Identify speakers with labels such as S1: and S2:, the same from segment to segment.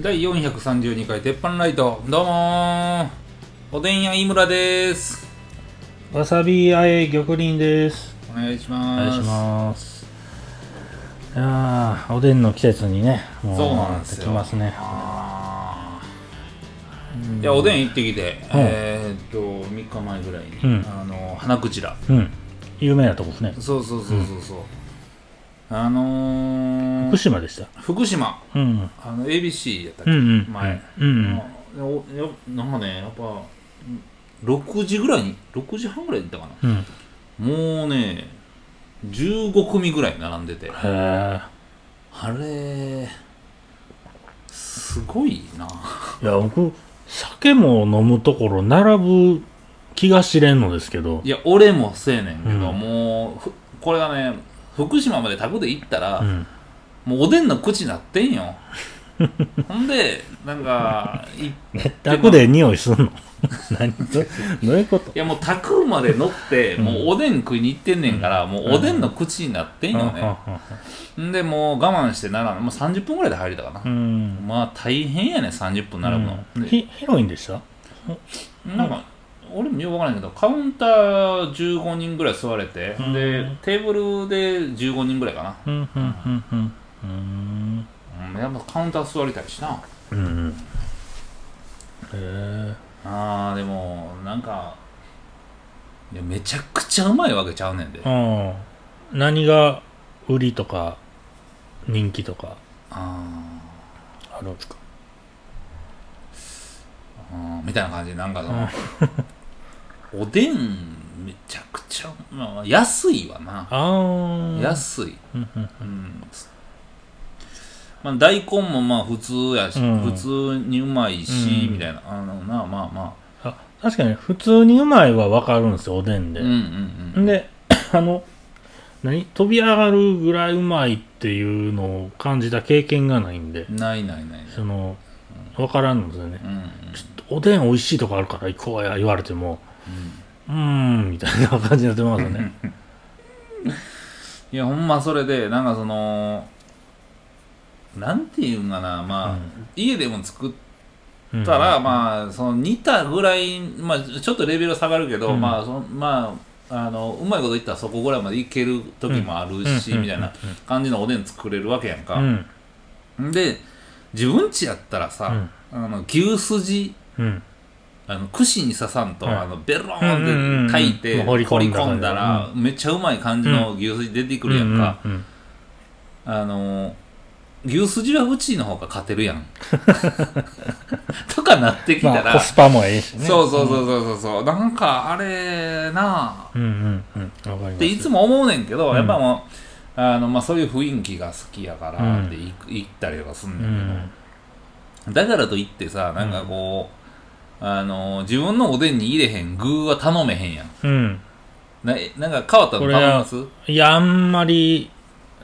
S1: 第432回鉄板ライトどうもーおでんや井村です
S2: わさびあえ玉林です。
S1: お願いし
S2: お
S1: ます
S2: 願いします。いやーおでんの季節にね、も
S1: そうなんですよ
S2: なってきますね。
S1: あーいやおでん行ってきて、えーっと3日前ぐらいに、
S2: うん
S1: あの花クジラ
S2: うん、有名なとこですね。
S1: そうそうそうそうそう、あのー、
S2: 福島でした。
S1: 福島
S2: うん、
S1: あの ABC やったっ
S2: う
S1: け、
S2: ん、うん、
S1: 前、
S2: うん、うん、
S1: あおやなんかねやっぱ6時ぐらいに6時半ぐらいに行ったかな
S2: うん、へ
S1: もうね15組ぐらい並んでて
S2: え。
S1: あれすごいない
S2: や、僕、酒も飲むところ並ぶ気が知れんのですけど
S1: い。や俺もせえねんけど、
S2: うん
S1: もうふこれがね福島まで宅で行ったら、
S2: うん、
S1: もうおでんの口なってん よほんでなんかいい
S2: タクで匂いすんの。 何、どどういうこと。
S1: やもう宅まで乗って、
S2: ん
S1: もうおでん食いに行ってんねんから、もうおでんの口になってん
S2: うん
S1: よね、んでもう我慢して並んでもう30分ぐらいで入れたかな、
S2: うん、
S1: まあ大変やね30分並ぶの、
S2: うん。
S1: で
S2: ひ広いんでした。
S1: なんか、俺もよくわからないけどカウンター15人ぐらい座れて、
S2: うん
S1: でテーブルで15人ぐらいかな、
S2: うん、うん、うん、うん、うん。
S1: うん、やっぱカウンター座りたいしな
S2: うんうんへ
S1: あーでもなんかいやめちゃくちゃうまいわけちゃうねんで、
S2: えうん何が売りとか人気とか
S1: あ
S2: あるんですか
S1: ーうんみたいな感じでなんかその、おでんめちゃくちゃ、まあ、安いわな
S2: ああ
S1: 安い
S2: うんうん
S1: うんまあ、大根もまあ普通やし、
S2: うん
S1: 普通にうまいし、
S2: うん
S1: みたいなあのなまあまあ
S2: あ確かに普通にうまいは分かるんですよおでんで、
S1: うんうんうん
S2: ん、で あの何飛び上がるぐらいうまいっていうのを感じた経験がないんで
S1: ないないないない
S2: その分からんのですよね
S1: うんうん
S2: おでん美味しいとこあるから行こうや言われてもうーんみたいな感じになってますよね
S1: いやほんまそれでなんかそのなんていうんかなまあ、
S2: うん
S1: 家でも作っ
S2: うん
S1: たら、まあその煮たぐらいまあちょっとレベルは下がるけど、
S2: うん
S1: まあそのまああのうまいこと言ったらそこぐらいまでいける時もあるし、みたいな感じのおでん作れるわけやんか、
S2: うん
S1: で自分ちやったらさ、あの牛すじ
S2: うん
S1: あの串に刺さんと、
S2: はい
S1: あのベロ
S2: うんうんう
S1: ーン
S2: んう
S1: っ
S2: ん
S1: て炊いて
S2: 放
S1: 掘
S2: り
S1: り
S2: 込んだ
S1: 込んだら、めっちゃうまい感じの牛すじ出てくるやんか、
S2: うんうんうん
S1: あの牛すじはうちの方が勝てる やんとかなってきたら、
S2: まあ、コスパもええしね
S1: そうそうそうそうそうそうなんかあれなあ
S2: うんうんうんわかります
S1: っていつも思うねんけど、
S2: うん
S1: やっぱもうあの、まあ、そういう雰囲気が好きやからって行く行ったりとかすんね
S2: うん
S1: けど、
S2: ん
S1: だからといってさなんかこう、あの自分のおでんに入れへん具は頼めへんやん
S2: うん
S1: ななんか変わったの
S2: これ
S1: 頼みます
S2: いやあんまり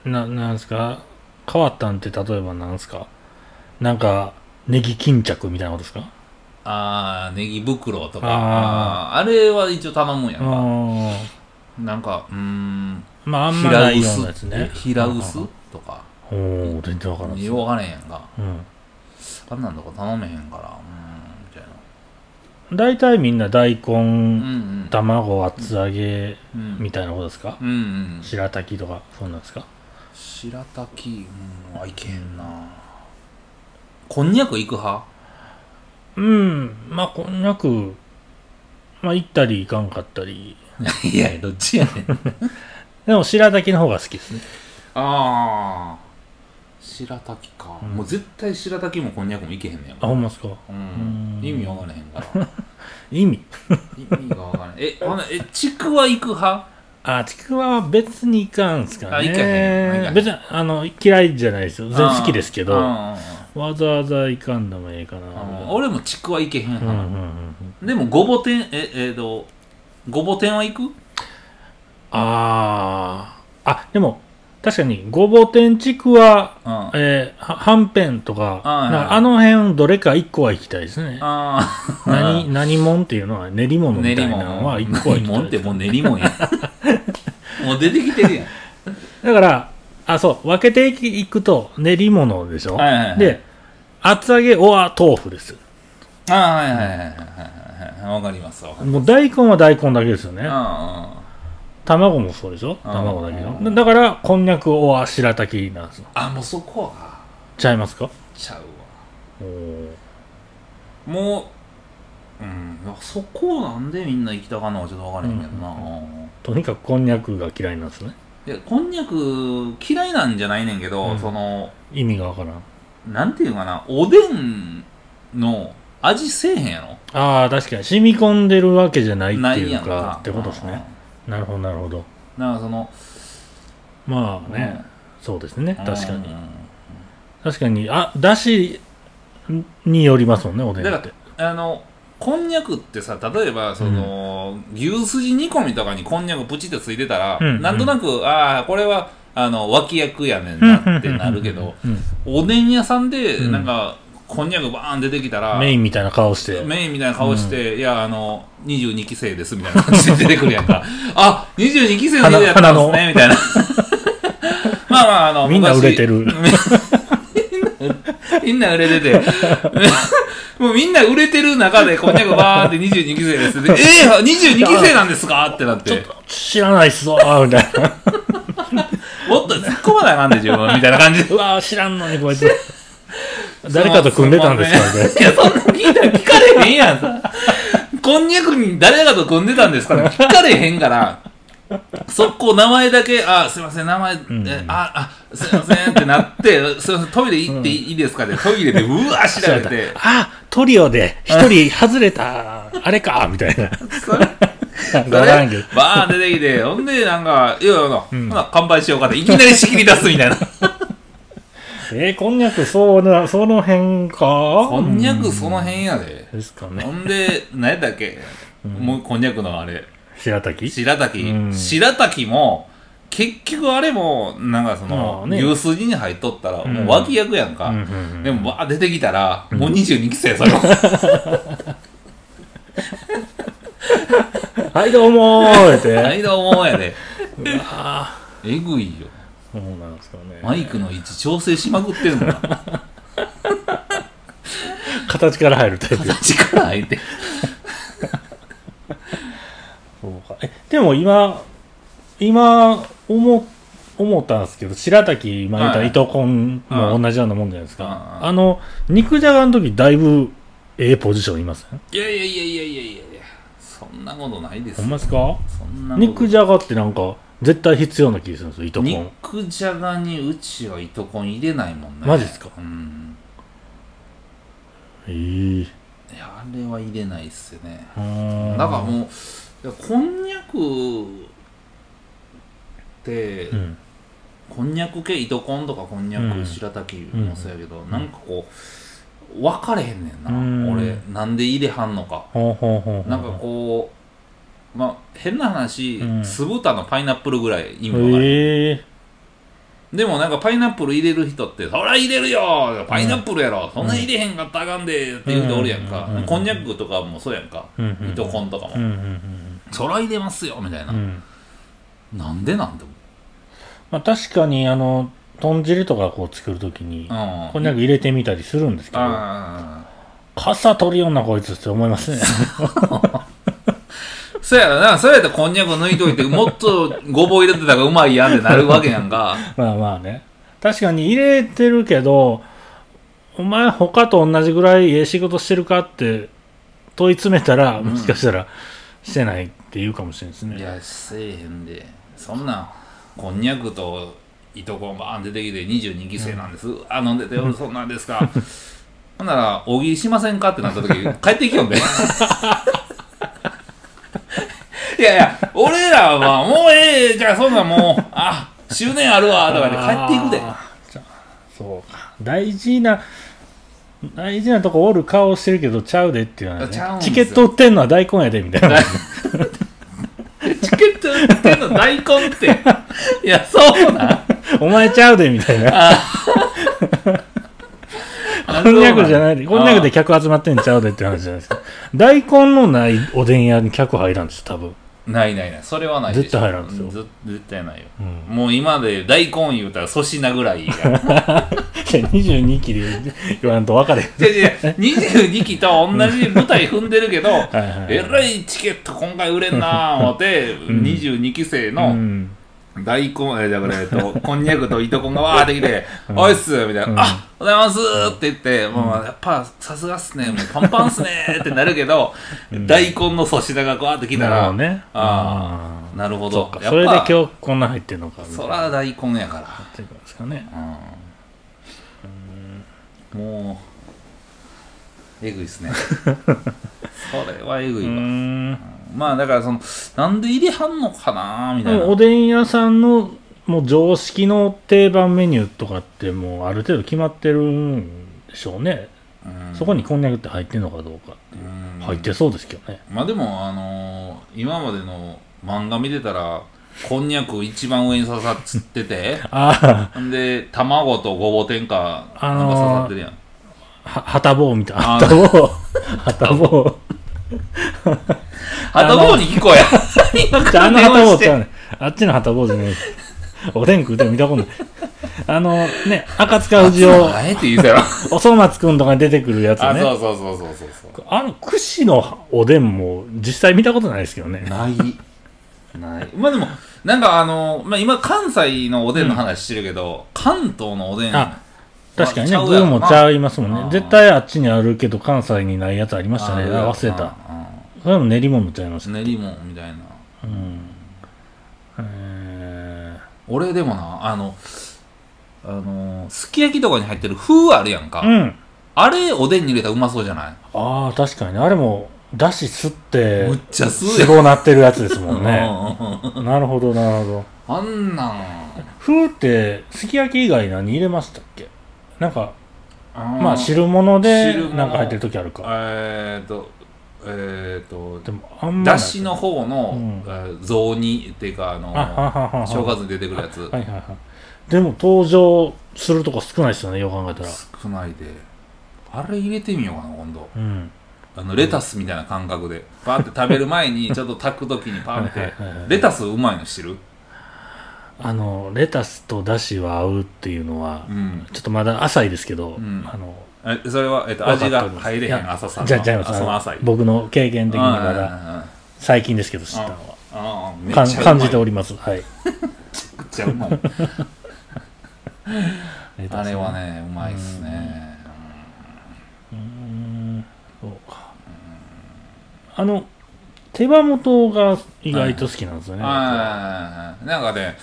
S2: ななんすか変わったんって例えばなんすかなんかネギ巾着みたいなことですか
S1: ああネギ袋とかあ
S2: あ
S1: ーあれは一応頼むんやん
S2: あ
S1: か
S2: あ
S1: なんかうーん
S2: まああんま
S1: 平
S2: ないようなやつ
S1: 薄、え
S2: ね
S1: 平薄とか
S2: おお全然わからんっす
S1: よう分からへんやんか
S2: うん
S1: あんなんとか頼めへんからうーんみたいな
S2: 大体みんな大
S1: う
S2: 根
S1: ん
S2: 卵厚揚げ
S1: うんうん
S2: みたいなことですか
S1: うんうん
S2: 白滝とかそうなんですか
S1: 白滝うんあいけへんなこんにゃくいく派
S2: うんまあこんにゃくまあ行ったり行かんかったり
S1: いやどっちやねん
S2: でも白滝の方が好きですね
S1: ああ白滝か、
S2: うん
S1: もう絶対白滝もこんにゃくもいけへんねや
S2: あほんまですか
S1: うん
S2: うん
S1: 意味わからへんから
S2: 意味
S1: 意味がわからへんえほなえちくわ行く派
S2: あちくわは別にいかんすから
S1: あ
S2: ね
S1: いかへんいかへん
S2: 別にあの嫌いじゃないですよ全然好きですけど
S1: うんう
S2: わ
S1: んうん
S2: ざわざいかんでもええか
S1: うん
S2: な
S1: 俺もちくわいけへん
S2: うんう
S1: 派
S2: ん
S1: な、
S2: うん
S1: でもごぼ天ええー、とごぼ天は行く
S2: あーあでも確かにごぼ天ちくわ
S1: うん
S2: えー、ははんぺんとか
S1: あー
S2: なん
S1: はい
S2: かあの辺どれか一個は行きたいですね
S1: ああ
S2: 何何もんっていうのは練り物みたいなのは一個
S1: 練
S2: は行
S1: り
S2: き
S1: 物
S2: た
S1: っ
S2: い
S1: て
S2: です
S1: もう練り物や もう出てきてるやん
S2: だからあそう分けていくと練り物でしょ、
S1: はいはいはい
S2: で厚揚げオア豆腐です。
S1: ああ、はいはいはいはいはいはい。わかりますわかります。
S2: もう大根は大根だけですよね。
S1: ああ
S2: 卵もそうでしょ
S1: うん
S2: 卵だけ
S1: う
S2: ど
S1: ん。
S2: だだから、こんにゃくオア白滝なんですよ。
S1: ああ、もうそこは
S2: ちゃいますか
S1: ちゃうわ。
S2: おー
S1: もう、うん、いやそこなんでみんな行きたかんのかちょっとわからへんけどな。
S2: とにかくこんにゃくが嫌いなんですね。
S1: いや、こんにゃく嫌いなんじゃないねんけど、
S2: うん
S1: その、
S2: 意味がわからん。
S1: なんていうかな、おでんの味せえへんやろ
S2: ああ、確かに染み込んでるわけじゃない
S1: な
S2: って
S1: い
S2: い
S1: や
S2: うん
S1: か
S2: か。、ってことですね。なるほど、なるほど。
S1: うん。だからその、
S2: まあね、そうですね
S1: うん、。
S2: 確か
S1: う。
S2: に
S1: ん
S2: 確かに、あ、だしによりますもんね、おでん
S1: だ
S2: っ
S1: か
S2: て。
S1: ら、あの、こんにゃくってさ、例えば、その、牛すじ煮込みとかにこんにゃくプチってついてたら、
S2: うん
S1: なんとなく、ああ、これは、あの、脇役やねんなってなるけど、
S2: うん、
S1: おでん屋さんで、
S2: うん
S1: なんか、こんにゃくバーン出てきたら、
S2: メインみたいな顔して。
S1: メインみたいな顔して、いや、あの、22期生ですみたいな感じで出てくるやんか。あ、22期生の人やったんですね、みたいな。 まあまあ、あの、
S2: みんな売れて
S1: る。
S2: る。
S1: みんな売れてて。 もうみんな売れてる中で、こんにゃくバーって22期生ですって。でえー、22期生なんですかってなって。
S2: 知らないっすぞーみたいな。
S1: もっと突っ込まなあかんで、自分はみたいな感じで。
S2: うわー知らんのにこ いつ。誰かと組んでたんですかみたいない
S1: や、そんな聞いたら聞かれへんやんさ。こんにゃくに誰かと組んでたんですかね聞かれへんから、速攻名前だけ、あ、すいません、名前、
S2: ん
S1: えあ、あ、すいませんってなって、すいません、トイレ行っていいですかね、トイレでうわー調べて、
S2: あ、トリオで一人外れた、あれかみたい な。
S1: それ、そ
S2: わからんけ
S1: れ
S2: ど。
S1: バーン出てきて、ほんで、なんか、いやいや、ほ
S2: ん
S1: な乾杯しようかって、いきなり仕切り出すみたいな。
S2: えーこんにゃく、そうな、その辺か
S1: こんにゃくその辺やで。
S2: ですかね
S1: ほ。んで、何やったっけ、もうこんにゃくのあれ。
S2: 白滝
S1: 白滝、
S2: うん
S1: 白滝も結局あれもなんかそ
S2: ま
S1: の、
S2: あね
S1: 牛すじに入っとったら
S2: ん
S1: もう脇役やんか、
S2: うんうんうん
S1: でもわー出てきたらもう22期生やそれは
S2: はい、どうもーって。
S1: はいどうもやで
S2: あ
S1: えぐいよ
S2: ーそうなんですかね。
S1: マイクの位置調整しまくってるも んな
S2: 形から入るタイプ。
S1: 力入って
S2: そうか。え、でも今、今、思、思ったんですけど、白滝、今言った
S1: はい
S2: 糸コン
S1: う
S2: も
S1: ん
S2: 同じようなもんじゃないです
S1: うん
S2: か。あの、肉じゃがの時、だいぶ、ええポジションいません
S1: いやいやいやいやいやいやいやそんなことないです
S2: ほんまですか
S1: そんなこと
S2: 肉じゃがってなんか、絶対必要な気がするんですよ、糸コン。
S1: 肉じゃがにうちはいとこに入れないもんね
S2: マジっすか
S1: うん
S2: ええ。
S1: いやあれは入れないっすよね
S2: うん
S1: だからもういやこんにゃくって、
S2: うん。
S1: こんにゃく系糸こんとかこんにゃ
S2: う
S1: く
S2: ん
S1: 白滝もそうやけど、なんかこう分かれへんねんな、
S2: うん
S1: 俺なんで入れはんのか、
S2: ほんほんほんほん。
S1: なんかこうまあ変な話、
S2: うん
S1: 酢豚のパイナップルぐらい意味分からへん
S2: ええ。
S1: でもなんかパイナップル入れる人って、そら入れるよパイナップルやろ、そんな入れへんかったらあかんでって言う人おるやんか、
S2: うん
S1: こんにゃくとかもそうやんか、
S2: うんうん
S1: 糸こんとかも、
S2: うんうん
S1: そら入れますよみたいな、
S2: うんうん。
S1: なんでなんて思う
S2: まあ確かに、あの、豚汁とかこう作るときに、
S1: うん
S2: こんにゃく入れてみたりするんですけど、
S1: あ
S2: 傘取りよんなこいつって思 いますね。
S1: あ。そうやろな。そうやったらこんにゃく抜いといて、もっとごぼう入れてたらうまいやんってなるわけやんか。
S2: まあまあね。確かに入れてるけど、お前他と同じぐらいええ仕事してるかって問い詰めたら、もしかしたらしてないって言うかもしれないです
S1: い
S2: ね。
S1: や、せえへんで。そんなん、こんにゃくといとこバーン出てきて22期生なんです。あ、飲んでてよ、そんなんですか。 ほんなら、大喜利しませんかってなった 時、帰ってきよんで。 いやいや、俺らはもうええ、じゃあそんなんもう、あ、執念あるわ、とかで帰っていくで。
S2: あーじゃあそうか。大事な、大事なとこおる顔してるけど、ちゃうでっていうのは、
S1: ちゃうん
S2: ね、
S1: ですよ
S2: チケット売ってんのは大根やでみたいな。
S1: チケット売ってんの大根 って。いや、そうなん。
S2: お前ちゃうでみたいな。こんにゃくじゃないで、こんにゃくで客集まってんちゃうでって話じゃないですか。大根のないおでん屋に客入らんですよ、多分。
S1: ないないないそれはないでしょ
S2: 絶対入らんですよ
S1: ず絶対ないよ
S2: うん
S1: もう今で大根言うたら粗品ぐら いや
S2: いや22期で言わんと分かれへん
S1: 違う違う22期と同じ舞台踏んでるけど
S2: はいはい
S1: えらいチケット今回売れんなー思って、22期生
S2: う
S1: の
S2: ん
S1: 大根、えーだから、えっ と、こんにゃくと糸こんがわーってきて、おいっすみたいな、
S2: うん
S1: あおはようございますって言って、もう、やっぱ、さすがっすね、もうパンパンっすねーってなるけど、大根の粗品がこうやってきた
S2: なる
S1: ら、
S2: ほどね
S1: あ
S2: あ
S1: ーなるほ
S2: あそ
S1: ど
S2: っ。か
S1: やっぱ
S2: それで今日こんな入ってんのかみたいな
S1: そら大根やから。
S2: っていうことですかね
S1: うんもうえぐいっ すねそれはえぐ
S2: う
S1: いわ、
S2: ーん
S1: まあだからそのなんで入れはんのかなみたいな
S2: おでん屋さんのもう常識の定番メニューとかってもうある程度決まってるんでしょうね、
S1: うん
S2: そこにこんにゃくって入ってんのかどうか
S1: うん
S2: 入ってそうですけどね、
S1: まあでもあのー今までの漫画見てたらこんにゃく一番上に刺さって て
S2: あ
S1: んで卵とごぼ天か
S2: あ
S1: なん
S2: のー
S1: か刺さってるやん、
S2: あは旗棒みたいな
S1: あ
S2: 旗棒旗棒
S1: あと棒に聞こえ
S2: じゃああの
S1: 電
S2: 旗
S1: 話
S2: 棒
S1: して
S2: ちゃうねあっちの旗棒じゃないおでん食うても見たことないあのね赤塚不二夫
S1: あえて言うたら
S2: おそ松くんとかに出てくるやつ
S1: あそ
S2: ね
S1: うそうそうそうそうそう
S2: あの串のおでんも実際見たことないですけどね
S1: ない。ない。まあでも、なんかあの、まあ今関西のおでんの話してるけど、関東のおでん。
S2: あ確かに
S1: ち
S2: ね、
S1: ゃうやろ
S2: 具もちゃいますもん
S1: あ
S2: ね
S1: ー。
S2: 絶対あっちにあるけど、関西にないやつありましたね。
S1: あ
S2: あ忘れた。。それも練り物ちゃいまし
S1: うん
S2: た。
S1: 練り物みたいな。
S2: うん。え
S1: 俺でもな、あの、あの、すき焼きとかに入ってる風あるやんか。
S2: ーうん。
S1: あれおでんに入れたらうまそうじゃない
S2: ああ、確かにね。あれも、だし吸って
S1: むっ、ちゃ吸うや
S2: すごなってるやつですもん
S1: ん。
S2: ね。
S1: うんうんうん
S2: なるほど、なるほど。
S1: あんなん。
S2: 風って、すき焼き以外何入れましたっけなんか、ま
S1: ま
S2: あ、汁物で
S1: 汁、物
S2: なんか入ってる時あるか。
S1: えーっと、えーっと、
S2: でも、あんまな
S1: だ
S2: い。
S1: しの方の、
S2: うん
S1: えー雑煮っていうかあの
S2: あはははは
S1: 正月に出てくるやつ、
S2: はいはいはい。でも、登場するとこ少ないですよね、よく考えたら。
S1: 少ないであれ入れてみようかな今度
S2: うん。
S1: あのレタスみたいな感覚でパーって食べる前にちょっと炊く時にパーっ
S2: はい
S1: て
S2: はいはいはい
S1: レタスうまいの知る
S2: あのレタスとだしは合うっていうのは、
S1: うん
S2: ちょっとまだ浅いですけど、
S1: ん
S2: あの
S1: えそれは、えっと、
S2: わ
S1: 味
S2: かってお
S1: が
S2: ります
S1: 入れへ
S2: い
S1: ん
S2: や
S1: 浅さの
S2: じゃあじゃあ
S1: あその浅い
S2: 僕の経験的にま
S1: うんうん
S2: だ最近ですけど知ったの
S1: うん
S2: は
S1: うんうんめっちゃ
S2: かん
S1: うまい
S2: 感じておりますはい
S1: めっちゃうまい
S2: レタ
S1: あ
S2: ス
S1: れはねうまいっすね
S2: うーんそうかあの手羽元が意外と好きなんですよね、
S1: はいなんかね、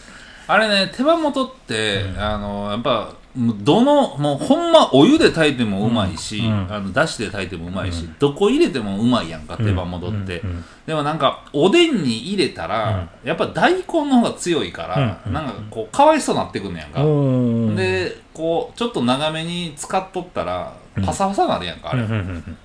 S1: あれね、手羽元って、あの、やっぱ、もうどの、もうほんまお湯で炊いてもうまいし、
S2: うん
S1: あの、だしで炊いてもうまいし、どこ入れてもうまいやんか、手羽元って。
S2: うんうん
S1: でもなんか、おでんに入れたら、やっぱ大根の方が強いから、
S2: うん
S1: なんかこう、かわいそうなってくんねやん
S2: う
S1: か。
S2: んうん
S1: で、こう、ちょっと長めに使っとったら、パサパサなるやんか、あ
S2: うん
S1: れ。
S2: うんうんうん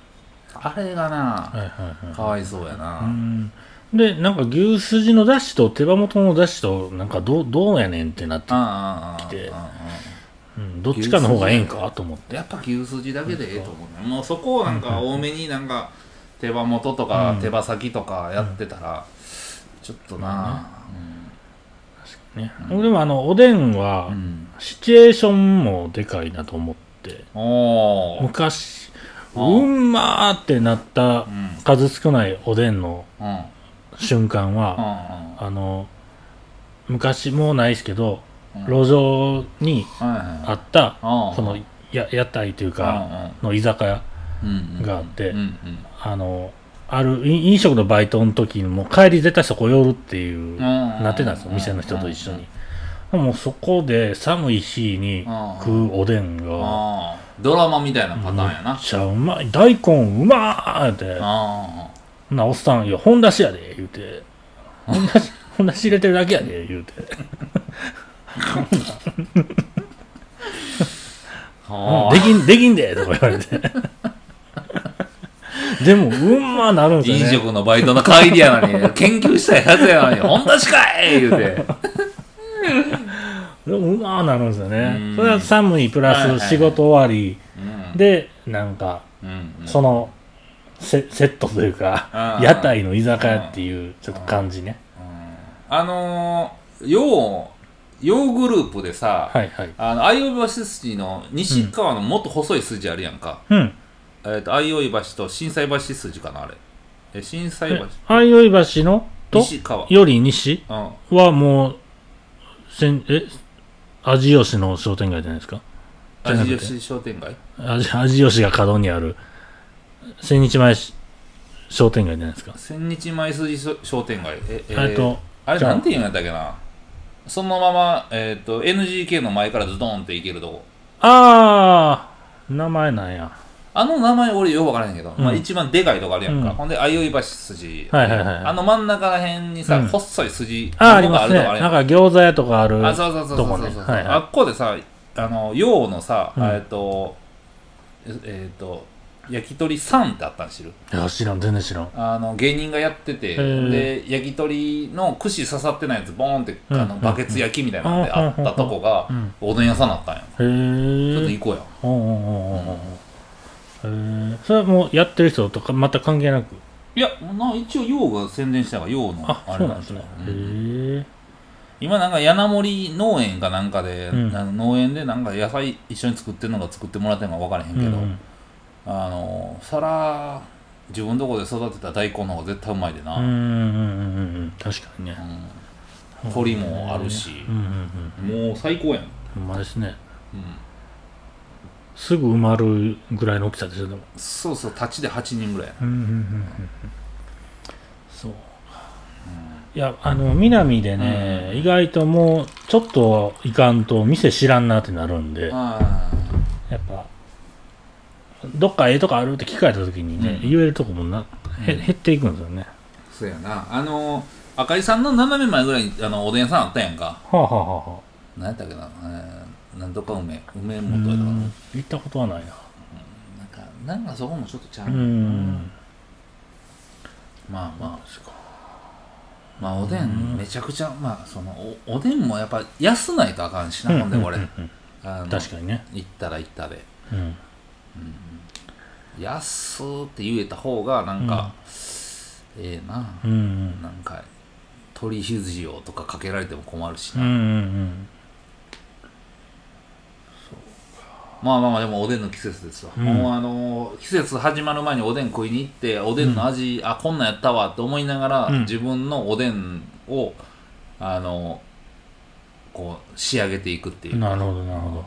S1: あれがな、
S2: はいはいはい
S1: かわいそうやな。
S2: うんでなんか牛すじのだしと手羽元のだしとなんかどうどうやねんってなって
S1: ああ、ああ
S2: きて
S1: ああ
S2: うんどっちかの方がええんかと思って。
S1: やっぱ牛すじだけでええと思うねもうそこをなんか多めになんか手羽元とか
S2: うん
S1: 手羽先とかやってたらちょっとな
S2: ね、でもあのおでんは、
S1: うん、うん
S2: シチュエーションもでかいなと思って
S1: おー
S2: 昔
S1: あ
S2: う
S1: あ
S2: んまーってなった
S1: うんうん
S2: 数少ないおでんの
S1: うんうん
S2: 瞬間は、
S1: は
S2: あの昔もうないですけど、
S1: うん
S2: 路上に
S1: いはい
S2: あった、
S1: あ
S2: そのや屋台というか、
S1: が
S2: の居酒屋があって
S1: うんうん
S2: あのある飲飲食のバイトの時にもう帰り絶対そこ寄るっていう、なってたんですよ店の人と一緒にもうそこで寒い日に食うおでんが
S1: あードラマみたいなパターンや
S2: め
S1: な
S2: っちゃうまい大根うまーって
S1: あ
S2: ほなおっさん「いや本だしやで」言うて「本だし本だし入れてるだけやで」言うて
S1: ー
S2: 「うん
S1: は
S2: できんできんで」とか言われ てでもうんまーなるんです
S1: 飲
S2: よね
S1: 食のバイトの帰りやの に研究したやつやのに「ほんだしかい!」言うて
S2: でもうまーなるんですよ
S1: うん
S2: ねそれは寒いプ
S1: はいはい
S2: ラ
S1: は
S2: ス
S1: い
S2: 仕事終わり
S1: うん
S2: でなんか
S1: うんうん
S2: そのセセットというか
S1: うん
S2: 屋台の居酒屋っていうちょっと感じね
S1: あのー、よう、ようグループでさ、
S2: はいはい
S1: あの、相生橋筋の西川のもっと細い筋あるやんか。
S2: うん
S1: えっ、と、相生橋と震災橋筋かな、あれ。え、震災
S2: え
S1: 橋。
S2: 相生橋のと
S1: 西川。
S2: より西
S1: うん。
S2: はもうせんえ味吉の商店街じゃないですかじゃなくて
S1: 味吉商店街
S2: 味味吉が角にある千日前し商店街じゃないですか
S1: 千日前筋商商店街。え、え
S2: えっと
S1: あれ
S2: じゃあ
S1: なんて言うんやったっけな。そのまま、えっ、と、NGK の前からズドンって行けるとこ。
S2: ああ名前なんや
S1: あの名前俺よくわからへんけど、
S2: うん
S1: まあ一番でかいとこあるやんか。
S2: うん
S1: ほんで、相生橋筋。
S2: はいはいはい
S1: あの真ん中らへんにさ、
S2: うん
S1: 細い筋
S2: あああ
S1: の
S2: り
S1: とこ
S2: ますね
S1: るとこあるや
S2: なんんか餃子屋とかある
S1: あ、そうそうそうそうそうそう、
S2: とこねはいはい
S1: あっこでさ、あの、洋のさ、
S2: うん
S1: えっと、えっ、と、焼き鳥さんってあったん知る
S2: いや知らん全然知らん
S1: あの芸人がやってて、
S2: ー
S1: で焼き鳥の串刺さってないやつボーンって、あ
S2: う
S1: の
S2: ん
S1: バケツ焼きみたいなんであったとこが、
S2: うん
S1: おでん屋さんだったんや、
S2: へ
S1: ちょっと
S2: え
S1: 行こうや
S2: おうおうおうおうおうへえそれはもうやってる人とか全く関係なく
S1: いやな一応陽が宣伝したから陽の
S2: あ
S1: あ
S2: そ
S1: れ
S2: う
S1: な
S2: なん
S1: んです
S2: で
S1: す
S2: ね
S1: よ、
S2: へ
S1: うん
S2: え
S1: 今なんか柳森農園かなんかで、
S2: うん
S1: あの農園でなんか野菜一緒に作ってるのか作ってもらってるのか分からへんけど、
S2: うん
S1: あの皿自分のとこで育てた大根の方が絶対うまいでな、
S2: うんうんうんうんうん確かにね
S1: うん鳥もあるし、
S2: うんうんうん
S1: もう最高やん、
S2: ほんまですね
S1: うん
S2: すぐ埋まるぐらいの大きさですよでも
S1: そうそう立ちで8人ぐらいやな
S2: うんうんうんうんそういやあの南でね、意外ともうちょっといかんと店知らんなってなるんでや
S1: あ
S2: っぱどっかええとこあるって聞かれた時にね、
S1: うん
S2: 言えるとこもなへ
S1: うん
S2: 減っていくんですよね、
S1: あそうやなあの赤井さんの斜め前ぐらいにあのおでん屋さんあったやんか
S2: はあはあはあはあ
S1: 何やったっけな、えー、なんとか梅梅
S2: う
S1: 元やったかななん
S2: ん行ったことはないな
S1: かなんかそこもちょっとちゃう
S2: う
S1: な、
S2: ん
S1: まあまあまあおでんめちゃくちゃ、まあそのおおでんもやっぱ安ないとあかんしな、ほんでこれ、
S2: うんうん
S1: あ
S2: うん
S1: の
S2: 確かにね、
S1: 行ったら行ったで
S2: うん、
S1: 安って言えた方がなんか、ええな、
S2: うんうん
S1: なんか鳥肘をとかかけられても困るし
S2: うんう
S1: な、
S2: んうん
S1: まあまあまあでもおでんの季節ですわ、
S2: うん
S1: もうあのー季節始まる前におでん食いに行っておでんの味、あこんなんやったわって思いながら、
S2: うん
S1: 自分のおでんをあのーこう仕上げていくっていう
S2: なるほどなるほど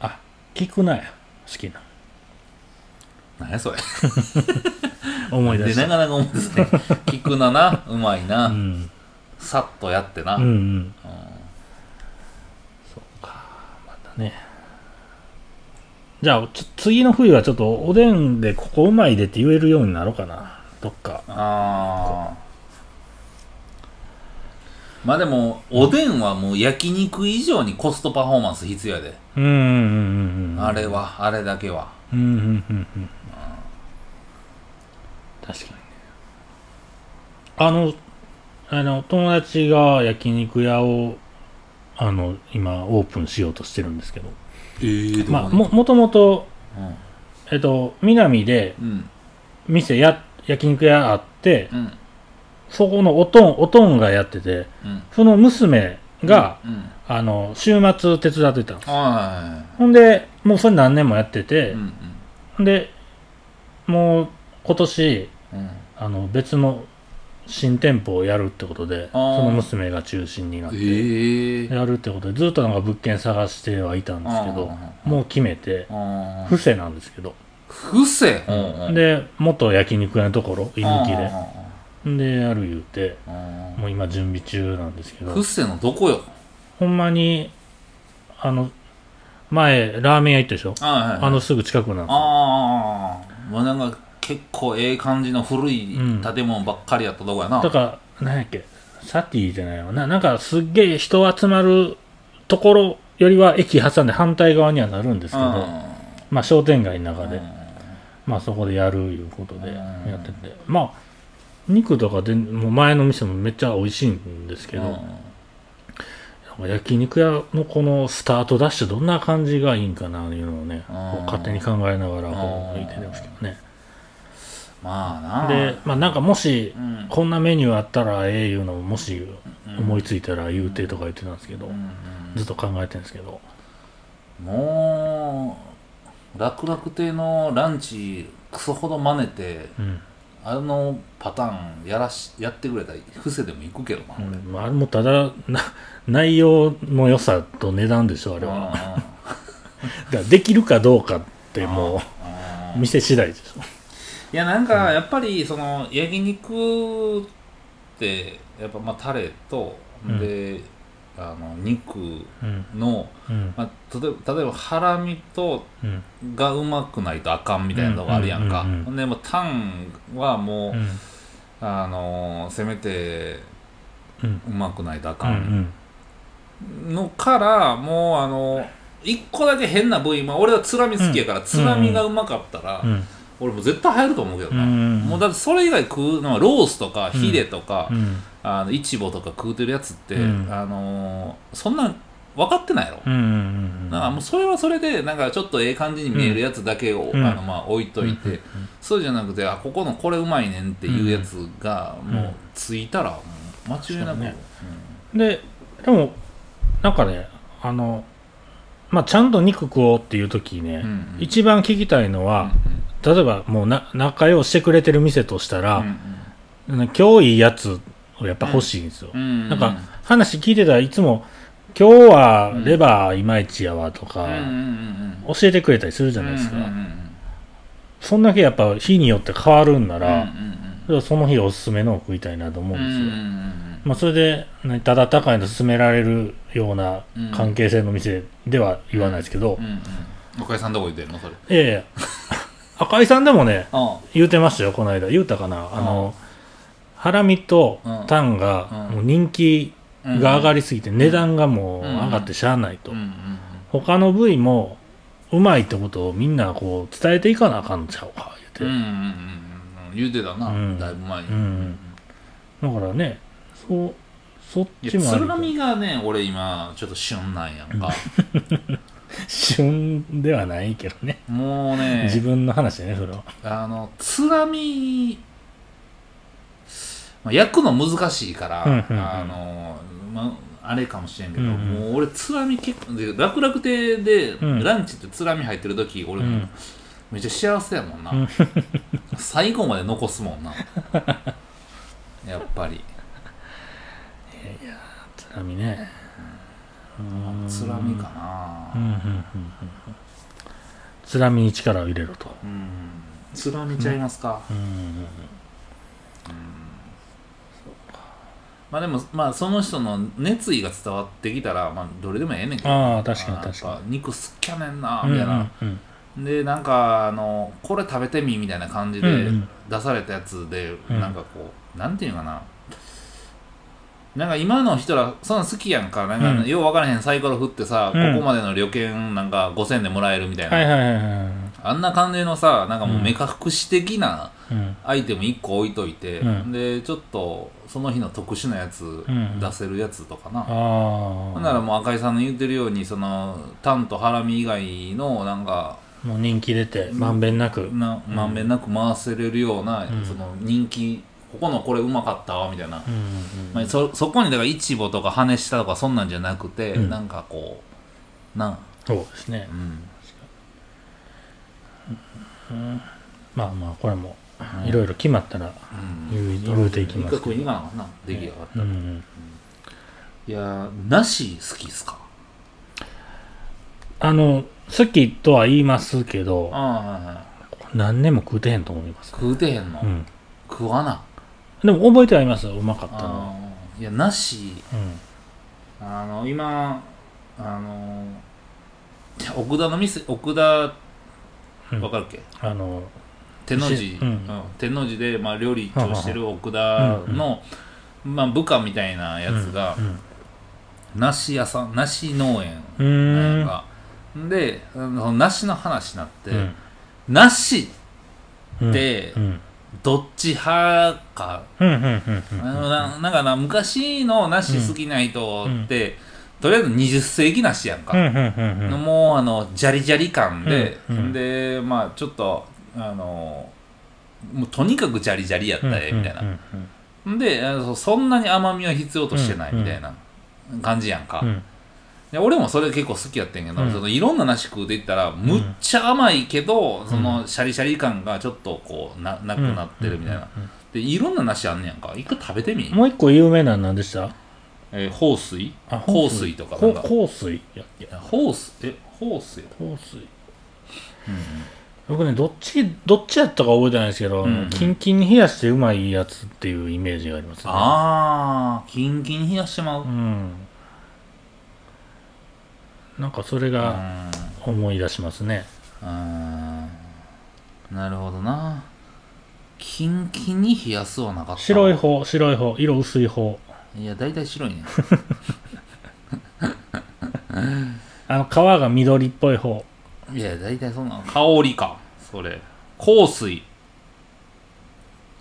S2: あ聞くなや好きな
S1: 何やそれ
S2: 思い出
S1: で
S2: した
S1: なかなか思うんです ね聞くななうまいな、
S2: うん
S1: さっとやってな、
S2: うんう
S1: うん
S2: んそうかまたねじゃあちょ次の冬はちょっとおでんでここうまいでって言えるようになろうかなどっか
S1: ああまあでもおでんはもう焼肉以上にコストパフォーマンス必要やで、
S2: うんうんうんうん
S1: あれはあれだけは
S2: うんうんうんうん確かにねあのあの友達が焼肉屋をあの今オープンしようとしてるんですけど
S1: ええー
S2: まあももともとえっと南で
S1: うん
S2: 店や焼肉屋あって
S1: うん
S2: そこのおとんおとんがやってて
S1: うん
S2: その娘が、
S1: うんうん
S2: あの週末手伝ってたんです
S1: は
S2: ほんでもうそれ何年もやって
S1: い
S2: て
S1: うんう、ん
S2: ほんでもう今年
S1: うん
S2: あの別の新店舗をやるってことでそ
S1: あー
S2: の娘が中心になって、
S1: ええ
S2: やるってことでずっとなんか物件探してはいたんですけどもう決めて
S1: うん
S2: 布施なんですけど
S1: 伏せうんうん
S2: で元焼肉屋のところ居抜き
S1: う
S2: で
S1: ん
S2: でやる言うて
S1: うんうん
S2: もう今準備中なんですけど
S1: 伏せのどこよ
S2: ほんまにあの前ラーメン屋行ったでしょ
S1: はいはいはい
S2: あのすぐ近くなんですよ
S1: ああまあなんか結構ええ感じの古い建物ばっかりやったとこやな、
S2: だから、なんやっけ、サティじゃないわな、なんかすっげえ人集まるところよりは駅挟んで反対側にはなるんですけど、
S1: う
S2: まあ商店街の中
S1: ん
S2: で、
S1: うん
S2: まあそこでやるいうことで
S1: うん
S2: やってて、まあ、肉とかでもう前の店もめっちゃ美味しいんですけど、
S1: うん
S2: や焼肉屋のこのスタートダッシュどんな感じがいいんかないうのをね
S1: うん
S2: こう勝手に考えながらこう
S1: うん
S2: 見てるんですけどね
S1: まあな
S2: でまあなんかもし
S1: うん
S2: こんなメニューあったらええいうのをもし
S1: うん
S2: 思いついたら言うてとか言ってたんですけど
S1: うん
S2: ずっと考えてるんですけど
S1: うんもう楽々亭のランチクソほど真似て
S2: うん
S1: あのパターンやらしやってくれたら伏せでも行くけどな、
S2: う
S1: 俺
S2: んまああれもただな内容の良さと値段でしょあれはだからできるかどうかって
S1: う
S2: も
S1: んうん
S2: う店次第でしょ
S1: いやなんかやっぱりその焼肉ってやっぱまあタレと、
S2: うん
S1: であの肉
S2: うん
S1: の、
S2: うん
S1: まあ、例えば例えばハラミと
S2: うん
S1: がうまくないとあかんみたいなのがあるやんか、
S2: うんうんうんうん
S1: ほんでもうタンはもう、
S2: うん
S1: あのーせめて
S2: うん
S1: うまくないとあ
S2: う
S1: か
S2: んうんん
S1: のからもうあの1個だけ変な部位、まあ、俺はつらみ好きやから、つらみがうまかったら、
S2: うん
S1: 俺もう絶対入ると思うけどな、
S2: うん
S1: もうだってそれ以外食うのはロースとかヒレとか、
S2: うん
S1: あのイチボとか食うてるやつって、
S2: うん
S1: あのーそんなん分かってないやろ、
S2: うんうん
S1: なんかもうそれはそれでなんかちょっとええ感じに見えるやつだけを、
S2: うん
S1: あのまあ置いといて、
S2: うん
S1: そうじゃなくてあここのこれうまいねんっていうやつが
S2: ん
S1: もうついたらもう間違いな
S2: 確か
S1: く、
S2: にねででもなんかねあの、まあ、ちゃんと肉食おうっていう時ね、
S1: うんうん
S2: 一番聞きたいのは、例えばもうな仲良うしてくれてる店とした
S1: うん
S2: ら、今日いいやつをやっぱ欲しいんですよ、
S1: うんうん
S2: なんか話聞いてたらいつも今日はレバーいまいちやわと
S1: うんうんうんう
S2: か
S1: ん
S2: 教えてくれたりするじゃないですか、
S1: うんうんうん
S2: そんだけやっぱ日によって変わるんなら、
S1: うん
S2: その日おすすめのを食いたいなと思う
S1: うんうん
S2: んですよ、
S1: うん
S2: まあ、それで、ね、ただ高いの勧められるような関係性の店では言わないですけど、
S1: うんうんおかえさんどこ言ってんのそれ
S2: ええ赤井さんでもね、
S1: あ
S2: 言うてましたよ、この間。言うたかな。あの、ハラミと
S1: うん
S2: タンが
S1: うん
S2: もう人気
S1: あ
S2: が上が
S1: る
S2: りすぎて、値段がも
S1: う
S2: う
S1: ん
S2: 上がってしゃあないと。
S1: うんうんうん
S2: 他の部位もうまいってことをみんなこう伝えていかなあかんのちゃうか、
S1: うん
S2: 言
S1: うんう
S2: うて。
S1: んうん言うてたな、
S2: うん
S1: だいぶ前に、
S2: うんだからね、そう、そっ
S1: いや
S2: ちもあ
S1: つ
S2: り
S1: らみがね俺今ちょっと旬なんやんか
S2: 旬ではないけどね。
S1: もうね
S2: 自分の話だね、それは。
S1: あのつらみ、まあ、焼くの難しいから、
S2: うんうんうん
S1: あのまあ、あれかもしれんけど、
S2: うんうん
S1: もう俺つらみ結構で楽々亭で、
S2: うん
S1: ランチってつらみ入ってる時俺、
S2: うん
S1: めっちゃ幸せやもんな、
S2: うん
S1: 最後まで残すも んなやっぱり
S2: つらみね。うん
S1: つらみか
S2: う
S1: なん
S2: うんうんうんつらみに力を入れろと。
S1: うんつらみちゃいますか、
S2: うんうん
S1: まあでもまあその人の熱意が伝わってきたら、まあ、どれでもええねんけど
S2: ああ、確かに
S1: あー
S2: 確
S1: やっぱ
S2: か
S1: 肉好きやねんな
S2: に。
S1: みたいな、
S2: うんうん
S1: でなんかあのこれ食べてみみたいな感じで
S2: うんうん
S1: 出されたやつで、
S2: うん
S1: なんかこうなんていうかななんか今の人らそんなん好きやんかなんか、
S2: うん
S1: よう分からへんサイコロ振ってさ、
S2: うん
S1: ここまでの旅券なんか5000でもらえるみたいな、
S2: はいはいはいはい。
S1: あんな感じのさなんかもう
S2: うん
S1: 目隠し的な
S2: うん
S1: アイテム1個置いといて、
S2: うん
S1: でちょっとその日の特殊なやつ、
S2: ん
S1: 出せるやつとかな、
S2: あ
S1: ほ
S2: あ。
S1: んならもう赤井さんの言ってるようにそのタンとハラミ以外のなんか
S2: もう人気出て、まんべんなく。
S1: なまんべんなく回せれるような、
S2: うん
S1: その人気ここのこれうまかったわみたいな、
S2: うんうん
S1: まあ、そそこにだからイチボとか羽下とかそんなんじゃなくて、
S2: うん
S1: なんかこうなん
S2: そうですね
S1: う。ん
S2: うんまあまあ、これも、
S1: うん
S2: いろいろ決まったら
S1: うん
S2: 言う言うていき
S1: 一回
S2: ますけど。
S1: 食いに行かなあかんな出来上がった
S2: う
S1: ら、
S2: んう
S1: い
S2: ん
S1: やーなし好きっすか
S2: あの、好きとは言いますけど、
S1: ああはいはい
S2: 何年も食うてへんと思います。
S1: 食うてへんの、
S2: うん。
S1: 食わな
S2: でも覚えてはいますよ、うまかったの。
S1: あーいやなし
S2: うん。
S1: あの今あのいや奥田の店奥田わ
S2: うん
S1: かるっけ、
S2: あの、
S1: 天王寺、
S2: うん
S1: うん天王寺で、まあ、料理長してる奥田の、まあ、部下みたいなやつが、梨屋さん梨農園
S2: うん。うん。
S1: なん
S2: う
S1: かであのその梨の話になって、
S2: ーん
S1: 梨
S2: うん
S1: って
S2: うん。
S1: どっち派か、
S2: うんうんうんうん
S1: あのななんかな昔の梨好きな人って、とりあえず20世紀梨やんか、
S2: うんうんうんうん
S1: もうあのジャリジャリ感で、
S2: うんうん
S1: でまあちょっとあのもうとにかくジャリジャリやった
S2: うん
S1: えみたいな、
S2: うんうんうん
S1: であのそんなに甘みは必要としてないみたいな感じやんか、
S2: うん
S1: で俺もそれ結構好きやってんけど、
S2: うん
S1: そのいろんな梨食うていったらむっちゃ甘いけど、そのシャリシャリ感がちょっとこうななくなってるみたいな、
S2: うんうん
S1: でいろんな梨あんねやんか一回食べてみ、
S2: もう一個有名なの何でした
S1: えー、豊水
S2: あ
S1: 香水とかな
S2: ほ
S1: んか
S2: 香水やっけ
S1: 豊水え豊水
S2: 香水僕ねどっちどっちやったか覚えてないですけど、
S1: うんうん
S2: キンキンに冷やしてうまいやつっていうイメージがありますね
S1: ああキンキン冷やしてまう、
S2: うんなんかそれ
S1: う
S2: が
S1: ん
S2: 思い出しますね、
S1: うーんなるほどなキンキンに冷やすはなかった
S2: 白い方白い方色薄い方
S1: いや大体白 いね
S2: あの皮が緑っぽい方
S1: いや大体そんな香りかそれ香水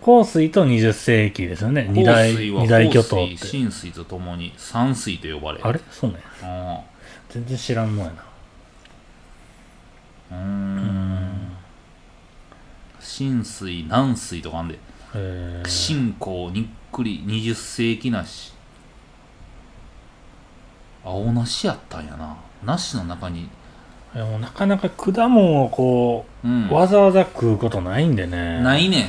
S2: 香水と20世紀ですよね二
S1: 香
S2: 大
S1: 水は
S2: 二大巨頭っ
S1: 香水
S2: て
S1: 浸水とともに山水と呼ばれ
S2: あれそうね
S1: うん
S2: 全然知らんもんやな
S1: うーん浸水軟水とかあんで
S2: えー
S1: 信仰にっくり20世紀梨青梨やったんやな梨の中に
S2: でもなかなか果物をこ
S1: うん
S2: うわざわざ食うことないんでね
S1: ないねん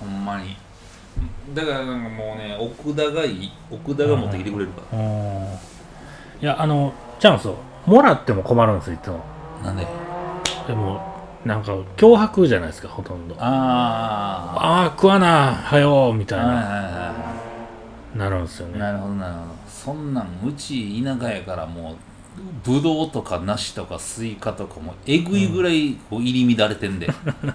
S1: ほんまにだからなんかもうね奥田がいい奥田が持ってきてくれるか
S2: うんいやあのチャンスをもらっても困るんですよいつも
S1: らなんで
S2: でもなんか脅迫じゃないですかほとんどあ
S1: あ
S2: あー食わなはよみ
S1: あ
S2: たい
S1: はいはい
S2: な
S1: は
S2: なるんですよ
S1: い
S2: ね
S1: なるほどなるほどそんなんうち田舎やからもうぶどうとか梨とかスイカとかもうえぐいぐらいこう入り乱れてん で、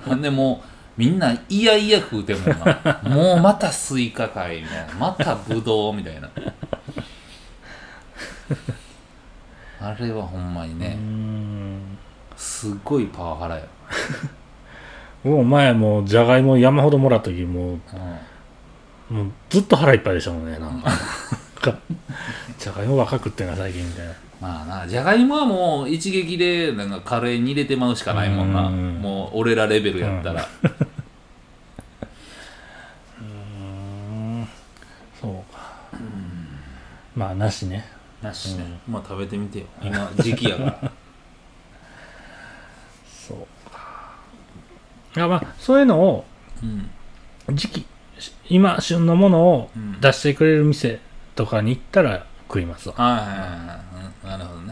S1: ほんでもうみんないやいや食うてんもんなもうまたスイカかいみたいなまたぶどうみた いなあれはほんまにね、
S2: うん
S1: すっごいパワハラや、
S2: 僕も前もうじゃがいも山ほどもらった時も
S1: う、
S2: うもうずっと腹いっぱいでしたもんねなんかなんかじゃがいもばっか食ってんな最近みたいなん
S1: まあなじゃがいもはもう一撃でなんかカレーに入れてまうしかないもんな
S2: うん
S1: もう俺らレベルやったら、
S2: うんそうかまあなしね
S1: なしね、まあ食べてみてよ今時期やから
S2: そうかいやまあそういうのを
S1: うん
S2: 時期し今旬のものを
S1: うん
S2: 出してくれる店とかに行ったら食いますわ、
S1: はいはいはいはいうんなるほどね、うん、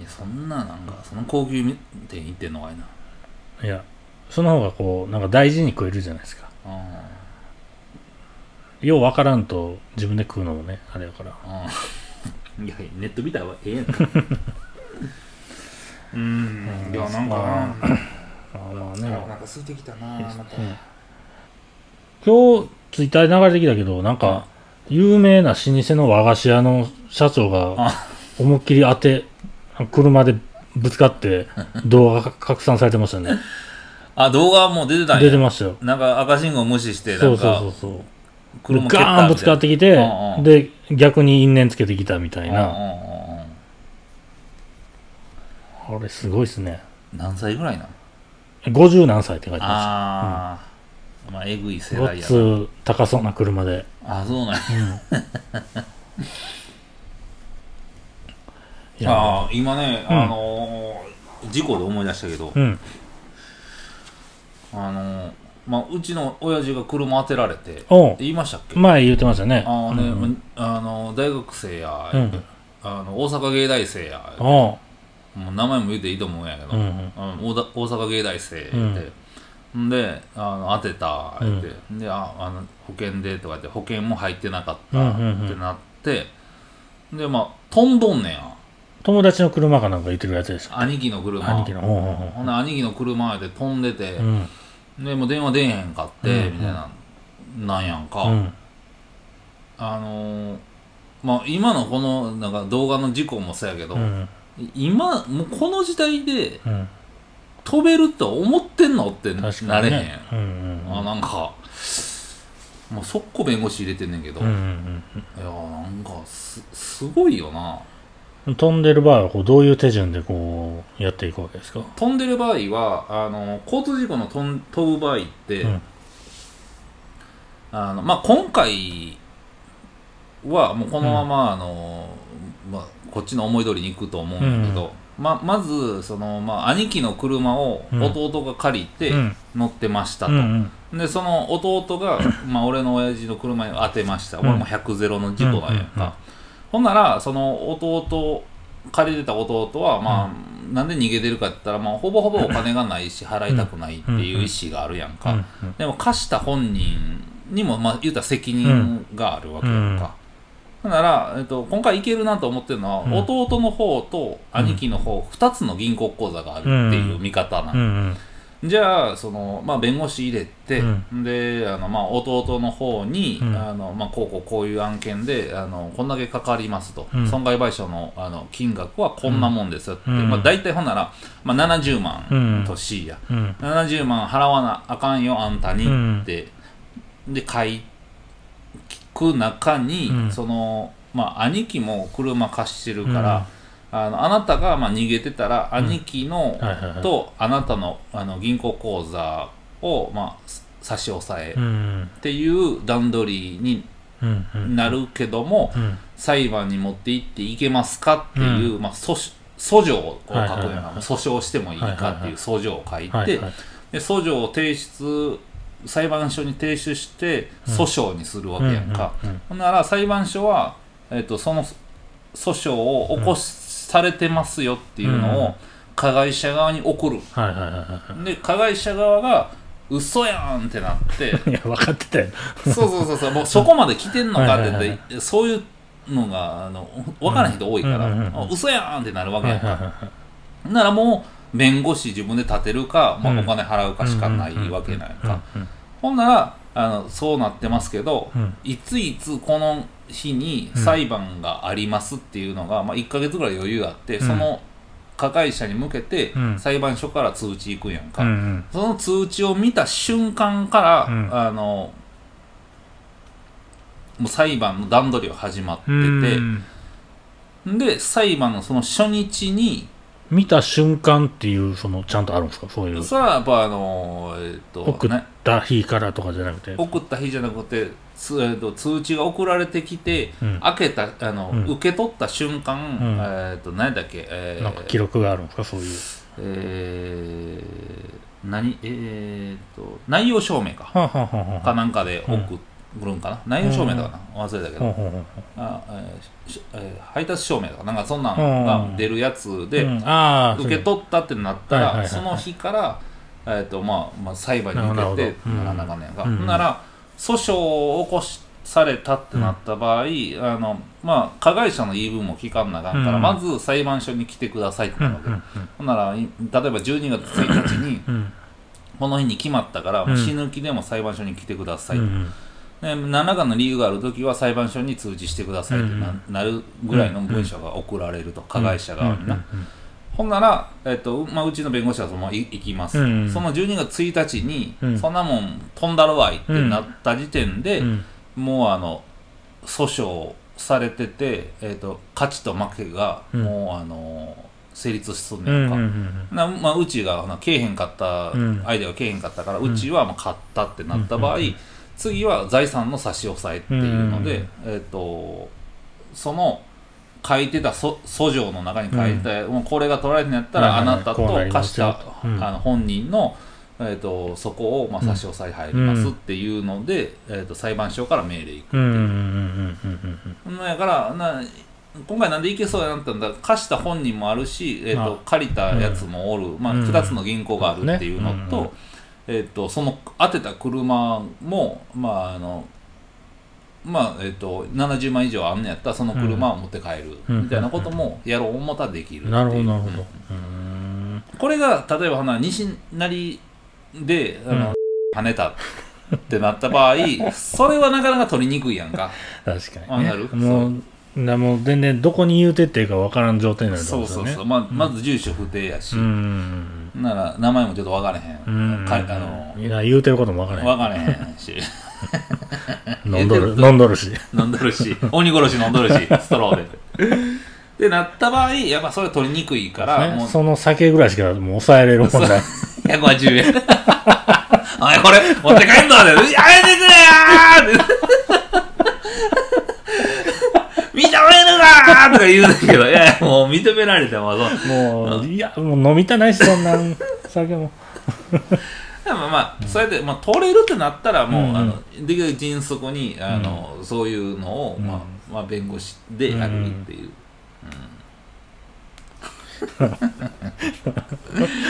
S1: いやそんななんかその高級店行ってんのがいいない
S2: やその方がこうなんか大事に食えるじゃないですか
S1: う
S2: ようわからんと自分で食うのもねあれやから
S1: んうんいやネット見たらええ やんうんいやなんかな
S2: あーまあ
S1: お
S2: ね、
S1: 腹空いてきたなまた
S2: うん今日ツイッターで流れてきたけどなんか有名な老舗の和菓子屋の社長が
S1: あ
S2: 思いっきり当て車でぶつかって 動画が拡散されてましたね
S1: あ動画もう出てたん
S2: 出て
S1: や
S2: ましたよ
S1: なんか赤信号無視してな
S2: そ
S1: ん
S2: うそうそ
S1: か
S2: うそう
S1: 車蹴ったみたいな
S2: ガーンぶつかってきて、
S1: うんうん
S2: で逆に因縁つけてきたみた
S1: う
S2: い
S1: んうん
S2: な、
S1: うんうん
S2: あれすごいですね
S1: 何歳ぐらいなの
S2: 50何歳って書いてま
S1: ああまあえぐい
S2: す
S1: 世
S2: ご
S1: 代
S2: っ
S1: や
S2: つ
S1: な
S2: う高そうな車で
S1: あそうなんや
S2: いや
S1: ああ今ね
S2: うん
S1: あのー事故で思い出したけど
S2: うん
S1: あのーまあうちの親父が車当てられて
S2: おう
S1: 言いましたっけ
S2: 前言ってましたね
S1: ああね
S2: うん
S1: あの大学生や
S2: うん
S1: あの大阪芸大生や
S2: おう
S1: もう名前も言っていいと思うんやけど
S2: うんうん
S1: あの大田大阪芸大生で、ん、であの当てたって、でああの保険でとかって保険も入ってなかった
S2: う
S1: っ
S2: んうんうん
S1: てなって、でまあ飛んどんねや
S2: 友達の車かなんか言ってるやつでしょ
S1: 兄貴の車
S2: 兄貴のおうおう
S1: ほんで兄貴の車やで飛んでて、
S2: おううん
S1: でもう電話出えへんかって、
S2: うんうん
S1: みたいななんやんか、
S2: うん
S1: あのーまあ今のこのなんか動画の事故もそうやけど、
S2: うん
S1: 今もうこの時代で
S2: うん
S1: 飛べると思ってんのって
S2: 確
S1: な
S2: か
S1: れ
S2: に
S1: へん、
S2: ねうんうん
S1: あなんかもう速攻弁護士入れてんねんけど、
S2: うんうんうん
S1: いやーなんかすすごいよな
S2: 飛んでる場合はこうどういう手順でこうやっていくわけですか
S1: 飛んでる場合はあの交通事故の飛ん飛ぶ場合って、
S2: うん
S1: あのまあ、今回はもうこのまま、あのまあ、こっちの思い通りに行くと思うんだけど、ままずその、まあ、兄貴の車を
S2: うん
S1: 弟が借りて
S2: うん
S1: 乗ってました
S2: う
S1: と、
S2: んうん
S1: でその弟 がまあ俺の親父の車に当てました、
S2: うん
S1: 俺も100ゼロの事故なんやんか、
S2: うんうんうん
S1: ほんならその弟借りてた弟はまあ、なんで逃げてるかって言ったら、まあ、ほぼほぼお金がないし払いたくないっていう意思があるやんか、
S2: うん
S1: でも貸した本人にもまあ言うたら責任があるわけやんか、ほんなら、えっと、今回行けるなと思ってるのは、
S2: うん
S1: 弟の方と兄貴の方2つの銀行口座があるっていう見方なん
S2: うんうん
S1: じゃあその、まあ、弁護士入れて、
S2: う
S1: であの、まあ、弟の方に、
S2: うん
S1: あのまあ、こうこうこういう案件であのこんだけかかりますと、
S2: うん
S1: 損害賠償のあの金額はこんなもんですよって、
S2: うん
S1: まあ、大体ほんなら、まあ、70
S2: う
S1: 万
S2: ん
S1: としいや、
S2: うん
S1: 70万払わなあかんよあんたに
S2: うん
S1: って、で買い聞く中に、
S2: うん
S1: そのまあ兄貴も車貸してるから、あのあなたがまあ逃げてたら兄貴の、
S2: はいはいはい
S1: とあなたのあの銀行口座を、まあ、す差し押さえ
S2: うんうん
S1: っていう段取りに
S2: うんうん
S1: なるけども、
S2: うん
S1: 裁判に持っていっていけますかっていう、まあ、訴し訴状を書くような、
S2: はいはいはい
S1: 訴訟してもいいかっていう訴状を書いて、
S2: はいはい
S1: で訴状を提出裁判所に提出して
S2: うん
S1: 訴訟にするわけやんか、
S2: うんうん
S1: ほんなら裁判所は、えっとその訴訟を起こし、されてますよっていうの
S2: うん
S1: を加害者側に送る
S2: はいはいはいは
S1: で加害者側が嘘やんってなって
S2: いいや分かってたよ
S1: そうそうそうそうもうそこまで来てんのかって言っ
S2: はい
S1: て、
S2: はいは
S1: そういうのがあの分からない人多いから、
S2: うんうんうんうん
S1: あ嘘やんってなるわけ
S2: はい
S1: や
S2: は
S1: ん
S2: い
S1: か、
S2: は
S1: ならもう弁護士自分で立てるか、ま
S2: うん
S1: あ、お金払うかしかない
S2: うんうんうん
S1: わけなんやん
S2: い
S1: かほんならあのそうなってますけど、
S2: うん
S1: いついつこの日に裁判がありますっていうのが、まあ、1ヶ月ぐらい余裕あって、
S2: うん
S1: その加害者に向けて
S2: うん
S1: 裁判所から通知行くんやんか、
S2: うんうん
S1: その通知を見た瞬間から、
S2: うん
S1: あのもう裁判の段取りは始まってて、
S2: うん
S1: で裁判のその初日に
S2: 見た瞬間っていうそのちゃんとあるんですかそういう
S1: それはやっぱあのえっと
S2: 送っ
S1: ね
S2: た日からとかじゃなくて
S1: 送った日じゃなくてつ、えっと通知が送られてきて、
S2: うん
S1: 開けたあの、
S2: うん
S1: 受け取った瞬間、
S2: ん
S1: えっと何だっけ、えー
S2: なんか記録があるんですかそういう
S1: えー何えーっと内容証明か、
S2: はあはあはあはあ
S1: かなんかで送るんかな、内容証明だかな忘れたけど、
S2: ほうほうほう
S1: あえーしえー配達証明とかなんかそんなん
S2: うん
S1: が出るやつで、
S2: うんああ
S1: 受け取ったってなったら、
S2: はいはいはい
S1: その日から、えーとまあまあ、裁判に
S2: なる
S1: 向
S2: ほ
S1: け
S2: ど
S1: て
S2: うん
S1: ならなあかんねやんか、
S2: うん
S1: ほんなら訴訟を起こしされたってなった場合、あのまあ、加害者の言い分も聞かんなあかんから、
S2: うん
S1: まず裁判所に来てくださいってなるわけ、
S2: うん
S1: ほんならい例えば12月1日に
S2: うんうん
S1: この日に決まったから、
S2: うん
S1: 死ぬ気でも裁判所に来てください、
S2: う
S1: と
S2: ん
S1: で何らかの理由があるときは裁判所に通知してくださいってな,、
S2: うん
S1: るぐらいの文書が送られると、加害者側にな、
S2: うんうん
S1: ほんなら、えっとまあ、うちの弁護士はそのままい行きます、
S2: うん
S1: その12月1日に、
S2: うん
S1: そんなもん飛んだろわいってなった時点で、
S2: うん
S1: もうあの訴訟されてて、えっと勝ちと負けが
S2: うん
S1: もうあの成立しそう
S2: うんうん
S1: ね
S2: うんん
S1: か、
S2: うん
S1: なまあ、うちがほなけえへんかった、
S2: うん
S1: アイデアがけえへんかったからうちはまあ買ったってなった場合、
S2: うんうん
S1: 次は財産の差し押さえっていうので、
S2: うん
S1: えっとその書いてたそ訴状の中に書いてた、もうこれが取られてんやったら、
S2: はいはいは
S1: あ
S2: い
S1: なた
S2: こうな
S1: と
S2: りま
S1: 貸し
S2: すよ
S1: た、
S2: とうん
S1: あの本人の、えっとそこをまあ差し押さえ入りますっていうので、えっと裁判所から命令いく。
S2: うんうんうんうんうん
S1: ほんやからな今回なんでいけそうやなったんだ貸した本人もあるし、えー、と
S2: あ
S1: 借りたやつもおる、まあ、
S2: うん
S1: 2つの銀行があるっていうのと,、
S2: ね
S1: えー、とその当てた車もまああのまあえー、と70万以上あんのやったらその車を持って帰る
S2: うん
S1: みたいなこともやろう思ったらできるってい
S2: うん
S1: う
S2: なるほどなるほ
S1: う
S2: ど
S1: ん
S2: うーん
S1: これが例えばほな西成であの、跳ねたってなった場合それはなかなか取りにくいやんか
S2: 確か
S1: あ
S2: にね
S1: なる
S2: もうなもう全然どこに言うてっていうかわからん状態になるって
S1: そ
S2: こ
S1: う
S2: と
S1: そう
S2: です
S1: そう、
S2: よね
S1: まあ、まず住所不定やし、
S2: うん
S1: なら名前もちょっと分かれへん、
S2: うんうん
S1: かあの
S2: いや言うてることもわからへん
S1: 分かれへんし
S2: 飲んどる、飲んどるし。
S1: 飲んどる し、鬼殺し飲んどるし、ストローで。で、なった場合、やっぱそれは取りにくいから、も
S2: ね
S1: う
S2: その酒ぐらいしかもう抑えれるもん ない。
S1: 150円。 おい、これ、持って帰んので、やめてくれよーって。 認めるなーとか言うんだけど、いやいや、もう認められても、そう。
S2: もう、いや、もう飲みたないし、そんなん、酒 も。
S1: でもまあ、それで、まあ、取れるってなったら、もう、
S2: うんうん
S1: あの、できるだけ迅速に、あの、そういうのを、まあ、まあ、弁護士でやるっていう。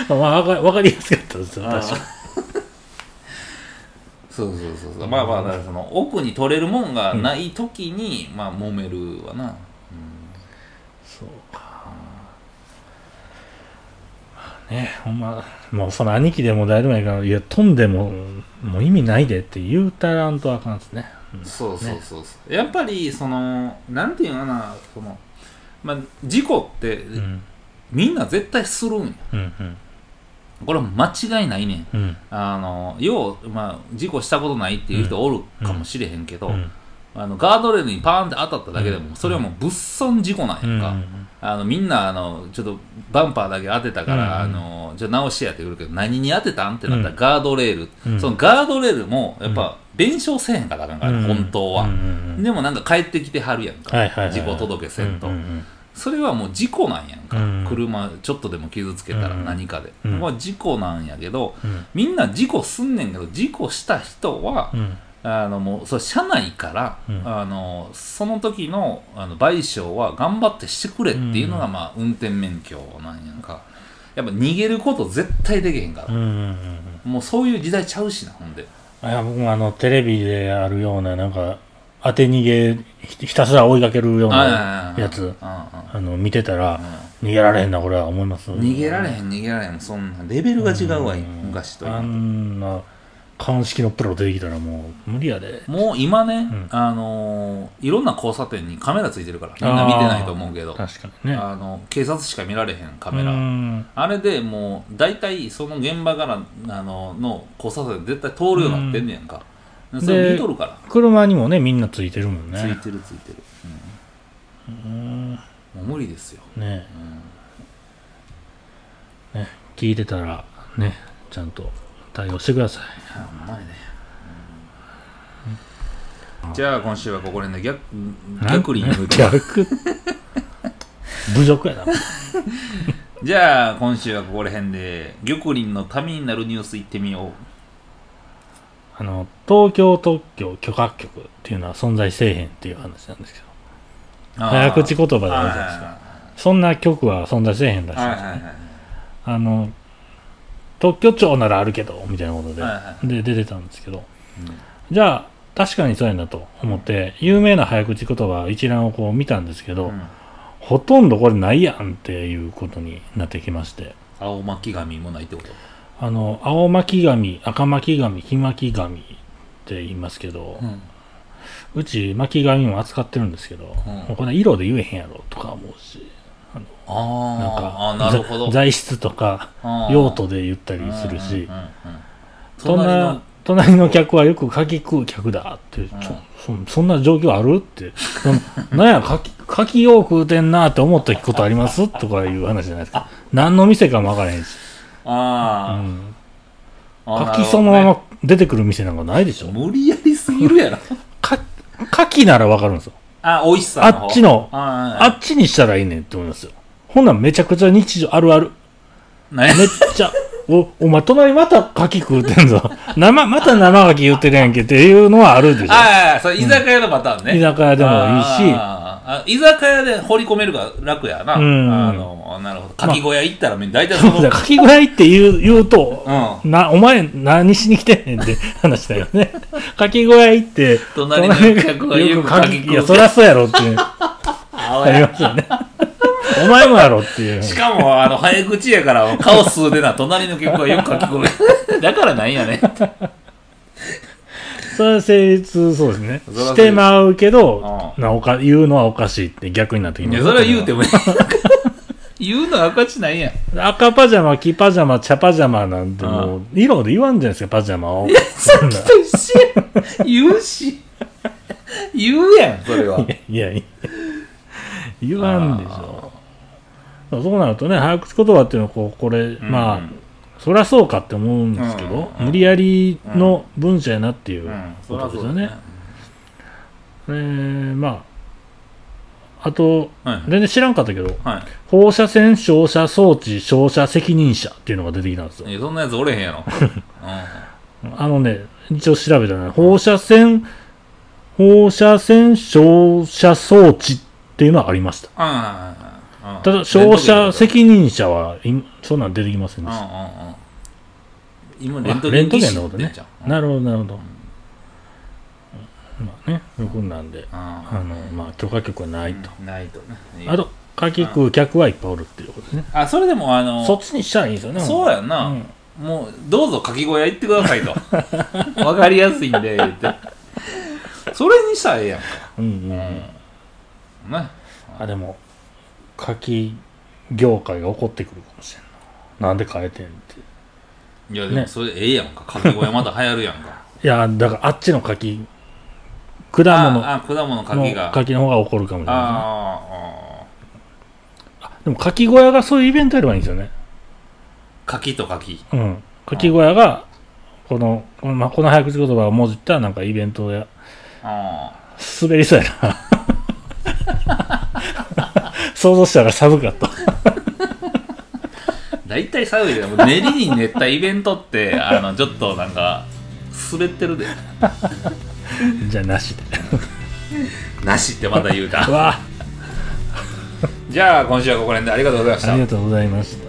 S2: まあ、わかわかりやすかったですよ、確かに。
S1: そうそうそうそうまあまあだからその奥に取れるもんがない時に、まあ揉めるわな、
S2: そうか。まあね、ほんま、もうその兄貴でもだいぶ前から、いや、飛んでも、もう意味ないでって言うたらんとあかんですね。
S1: そうそうそうそう、やっぱりそのなんていうのかなその、まあ、事故って
S2: うん。うん。
S1: みんな絶対するんよ
S2: うん。
S1: これ間違いないねん
S2: うん。
S1: あのよう、まあ、事故したことないっていう人おるかもしれへんけど、
S2: うん。
S1: あのガードレールにパーンって当たっただけでも、それはもう物損事故なんや
S2: うん
S1: んか、あのみんなあのちょっとバンパーだけ当てたから、
S2: うんうん
S1: あのじゃあ直してやってくるけど何に当てたんってなったら
S2: うん
S1: ガードレール、
S2: うん
S1: そのガードレールもやっぱ弁償せえへんからあかんから、
S2: うん
S1: 本当は、
S2: うんうんうん
S1: でもなんか帰ってきてはるやんか、
S2: はいはいはいはい
S1: 事故届せんと、
S2: うんうん
S1: それはもう事故なんやんか、
S2: うん
S1: 車ちょっとでも傷つけたら何かで、
S2: うん
S1: まあ事故なんやけど
S2: うん
S1: みんな事故すんねんけど事故した人は、
S2: うんうん
S1: あのもうそれ社内から、
S2: うん
S1: あのその時のあの賠償は頑張ってしてくれっていうのが、まあ、運転免許なんやんかやっぱ逃げること絶対できへんから
S2: う、んうん
S1: もうそういう時代ちゃうしなほんで
S2: うんいや僕もあのテレビであるようななんか当て逃げひひたすら追いかけるようなや
S1: うんう
S2: つ
S1: んうん
S2: あの見てたら逃げられへんなこれは思います
S1: 逃げられへん逃げられへんそんなレベルが違うわ、昔と
S2: あ
S1: 今
S2: んな鑑識のプロ出てきたらもう無理やで
S1: もう今ね、
S2: ん
S1: あのーいろんな交差点にカメラついてるからみんな見てないと思うけどあ
S2: 確かにね
S1: の警察しか見られへんカ
S2: カ
S1: メラ、
S2: うん
S1: あれでもう大体その現場からあのの交差点で絶対通るようになってんねやんか、
S2: ん
S1: それ
S2: で
S1: 見とるから、
S2: 車にもねみんなついてるもんね
S1: ついてるついてる、
S2: うん
S1: うんもう無理ですよ
S2: ねね聞いてたらねちゃんと対応してください
S1: あうまいね、じゃあ今週はここら辺で逆逆に抜いて
S2: 逆侮辱やな
S1: じゃあ今週はここら辺で玉林のためになるニュースいってみよう
S2: あの東京特許許可局っていうのは存在せえへんっていう話なんですけど早口言葉で言うじゃないですか
S1: か
S2: そんな局は存在せえへんらしい
S1: はい
S2: ん
S1: は
S2: で
S1: いは
S2: すよ
S1: い
S2: ねあの特許庁ならあるけどみたいなことで、
S1: はいは
S2: で出てたんですけどじゃあ確かにそうやなと思って有名な早口言葉一覧をこう見たんですけど、
S1: うん
S2: ほとんどこれないやんっていうことになってきまして
S1: 青巻紙もないってこと
S2: あの青巻紙赤巻紙黄巻紙って言いますけど、
S1: ん
S2: うち巻紙も扱ってるんですけど、
S1: うん
S2: もうこれ色で言えへんやろとか思うし
S1: あ
S2: なん
S1: ー
S2: か
S1: あなるほど
S2: ざ材質とか
S1: あー
S2: 用途で言ったりするし
S1: うんうんうんうん隣
S2: 隣
S1: の
S2: の隣の客はよく柿食う客だってちょそそんな状況あるってそのなんや柿柿よう食うてんなって思ったことありますとかいう話じゃないですか何の店かもわからへんし、う
S1: あ
S2: ん、
S1: ーあー
S2: 柿そのまま出てくる店なんかないでし
S1: なるほど
S2: ょ
S1: ね無理やりすぎるやろ
S2: か柿ならわかるんですよ
S1: あ美味しさ
S2: あっちのあ
S1: あ
S2: っちにしたらいいねんって思いますよほんなんめちゃくちゃ日常あるある
S1: ね
S2: めっちゃ、お、お前隣また柿食うてんぞ。生、また生柿言ってるやんけっていうのはあるでしょ。
S1: ああそれ居酒屋のパターンね
S2: 居酒屋でもいいし、
S1: あーあ居酒屋で掘り込めるが楽やな、
S2: うん
S1: あのなるほどかき小屋行ったら大体その、
S2: だから柿ぐらいって言う、言うと、
S1: う
S2: な、お前何しに来てんねんって 話だよね。柿小屋行って、
S1: 隣の客がよく柿食う
S2: いや、そりゃそうやろってあ
S1: あ
S2: りますよね。お前もやろっていう。
S1: しかも、あの、早口やから、カオスでな、隣の曲がよく書き込め。 だからなんやねん。
S2: それは成立、そうですね。
S1: そりゃそう
S2: してまうけど、なおか言うのはおかしいって逆になってき
S1: い
S2: ます
S1: や、それは言うてもいい。言うのは価値ないやん。
S2: 赤パジャマ、黄パジャマ、茶パジャマなんてもう、色で言わんじゃないですか、パジャマを。
S1: さっきと一緒やん。言うし。言うやん、それは。
S2: いやいや、言わんでしょ。そうなるとね、早口言葉っていうのはこう、これ、
S1: うん
S2: まあ、そりゃそうかって思うんですけど、
S1: うん、
S2: 無理やりの文章やなっていううん
S1: そ
S2: こ
S1: りゃ
S2: とで
S1: そ
S2: す
S1: う
S2: よ
S1: だ
S2: ね。
S1: ね。
S2: えーまあ、あと、
S1: はい
S2: 全然知らんかったけど、
S1: は
S2: 放射線照射装置照射責任者っていうのが出てきたんですよ。
S1: い。いやそんなやつおれへんやろ。う
S2: あのね、一応調べたら、放射線、放射線照射装置っていうのはありました。
S1: ん。ああ。
S2: ただ、照射責任者は、いそんなん出てきません
S1: 任う
S2: で
S1: ん
S2: し
S1: うんうん。今、レン
S2: た。
S1: ト
S2: レ
S1: ゲ
S2: ン
S1: ン
S2: ト
S1: 技
S2: ゲン
S1: 師
S2: のこと
S1: っ
S2: ね
S1: てんちゃう。
S2: なるほど、なるほど。まあね、そういうことなんで、あ
S1: あ
S2: の、まあ、許可局はないと。
S1: ないとね。
S2: あと、かき食う客はいっぱいおるっていうことですね。
S1: あ、それでも、あの、
S2: そっちにしたらいいですよね。
S1: そうやんな、
S2: うん
S1: もうどうぞかき小屋行ってくださいと わかりやすいんで言ってそれにしたらええやんか、
S2: うんうんうん
S1: うん、ね
S2: あでも柿業界が怒ってくるかもしれんななんで変えてんって
S1: いやで
S2: ね
S1: もそれええやんかかき小屋また流行るやんか
S2: いやだからあっちの柿 果物の
S1: ああ果物かきがあ
S2: 柿の方が怒るかもしれな
S1: あ
S2: いでも柿小屋がそういうイベントやればいいんですよね
S1: かきとかき
S2: うん柿小屋がこのこの,、まあ、この早口言葉をもじったなんかイベントをや
S1: あ
S2: 滑りそうやな 想像したら寒かった
S1: ー大体寒いけどもう練りに練ったイベントって あのちょっとなんか滑ってるで
S2: じゃあなしで
S1: なしって また言うた
S2: わ
S1: じゃあ今週はここら辺でありがとうございました
S2: あありがとうございました